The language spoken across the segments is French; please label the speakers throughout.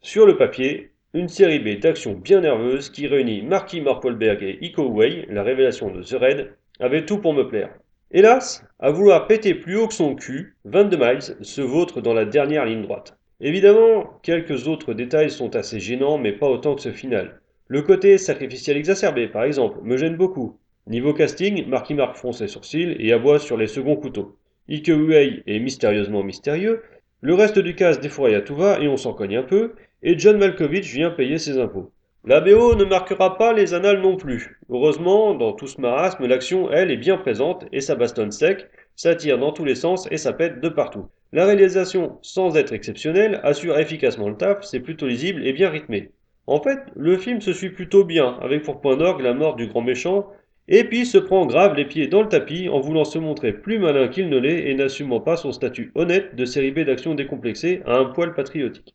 Speaker 1: Sur le papier, une série B d'action bien nerveuse qui réunit Marky Mark Wahlberg et Iko Uwais, la révélation de The Raid, avait tout pour me plaire. Hélas, à vouloir péter plus haut que son cul, 22 Miles se vautre dans la dernière ligne droite. Évidemment, quelques autres détails sont assez gênants, mais pas autant que ce final. Le côté sacrificiel exacerbé, par exemple, me gêne beaucoup. Niveau casting, Marky Mark fronce les sourcils et aboie sur les seconds couteaux. Ike Uwei est mystérieusement mystérieux, le reste du casse défouraille à tout va et on s'en cogne un peu, et John Malkovich vient payer ses impôts. La BO ne marquera pas les annales non plus. Heureusement, dans tout ce marasme, l'action, elle, est bien présente et ça bastonne sec, ça tire dans tous les sens et ça pète de partout. La réalisation, sans être exceptionnelle, assure efficacement le taf, c'est plutôt lisible et bien rythmé. En fait, le film se suit plutôt bien, avec pour point d'orgue la mort du grand méchant, et puis se prend grave les pieds dans le tapis en voulant se montrer plus malin qu'il ne l'est et n'assumant pas son statut honnête de série B d'action décomplexée à un poil patriotique.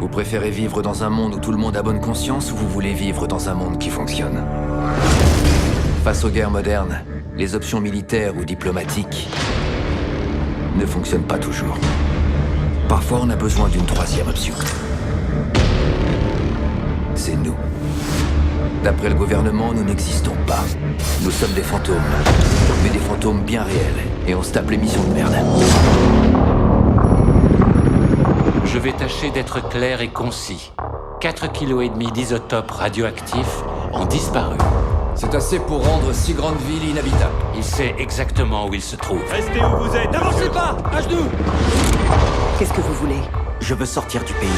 Speaker 2: Vous préférez vivre dans un monde où tout le monde a bonne conscience ou vous voulez vivre dans un monde qui fonctionne Face aux guerres modernes, les options militaires ou diplomatiques ne fonctionnent pas toujours. Parfois, on a besoin d'une troisième option. C'est nous. D'après le gouvernement, nous n'existons pas. Nous sommes des fantômes, mais des fantômes bien réels, et on se tape les missions de merde.
Speaker 3: Je vais tâcher d'être clair et concis. 4,5 kg d'isotopes radioactifs ont disparu.
Speaker 2: C'est assez pour rendre si grande ville inhabitable.
Speaker 3: Il sait exactement où il se trouve.
Speaker 4: Restez où vous êtes
Speaker 5: N'avancez pas À genoux
Speaker 6: Qu'est-ce que vous voulez
Speaker 7: Je veux sortir du pays.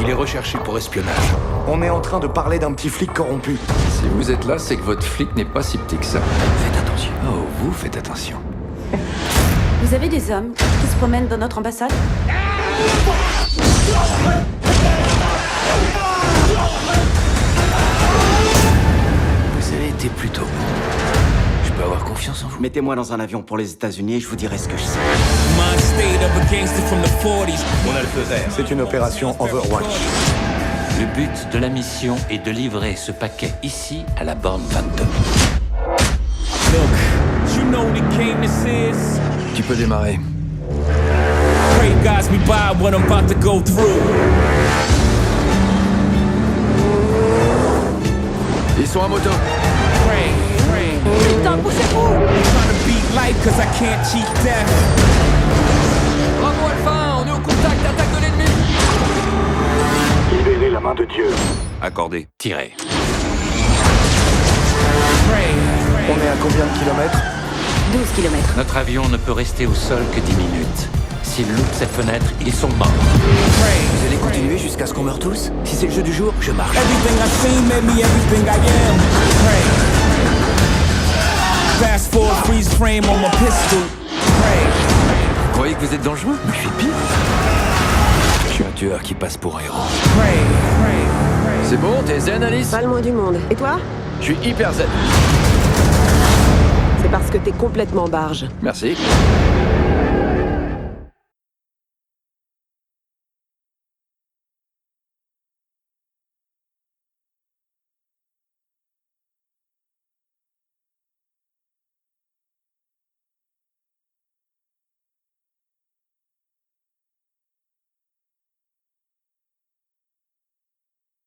Speaker 8: Il est recherché pour espionnage.
Speaker 7: On est en train de parler d'un petit flic corrompu.
Speaker 9: Si vous êtes là, c'est que votre flic n'est pas si petit que ça.
Speaker 7: Faites attention.
Speaker 9: Oh, vous faites attention.
Speaker 6: Vous avez des hommes qui se promènent dans notre ambassade
Speaker 7: Vous avez été plutôt bon. Je peux avoir confiance en vous.
Speaker 10: Mettez-moi dans un avion pour les États-Unis et je vous dirai ce que je sais.
Speaker 8: On a le feu vert.
Speaker 7: C'est une opération Overwatch.
Speaker 3: Le but de la mission est de livrer ce paquet ici à la borne 22.
Speaker 9: Tu peux démarrer. Ils sont à moto.
Speaker 6: Putain, poussez-vous
Speaker 2: Bravo Alpha, on est au contact d'attaque de l'ennemi
Speaker 11: Libérez la main de Dieu.
Speaker 8: Accordé.
Speaker 3: Tirez.
Speaker 7: On est à combien de kilomètres
Speaker 6: 12 km.
Speaker 3: Notre avion ne peut rester au sol que 10 minutes. S'il loupe cette fenêtre, ils sont morts.
Speaker 7: Vous allez continuer jusqu'à ce qu'on meure tous Si c'est le jeu du jour, je marche.
Speaker 9: Vous croyez que vous êtes dangereux
Speaker 7: Je suis pire.
Speaker 9: Je suis un tueur qui passe pour un héros. C'est bon, t'es zen, Alice
Speaker 6: Pas le moins du monde. Et toi
Speaker 9: Je suis hyper zen.
Speaker 6: C'est parce que t'es complètement barge.
Speaker 9: Merci.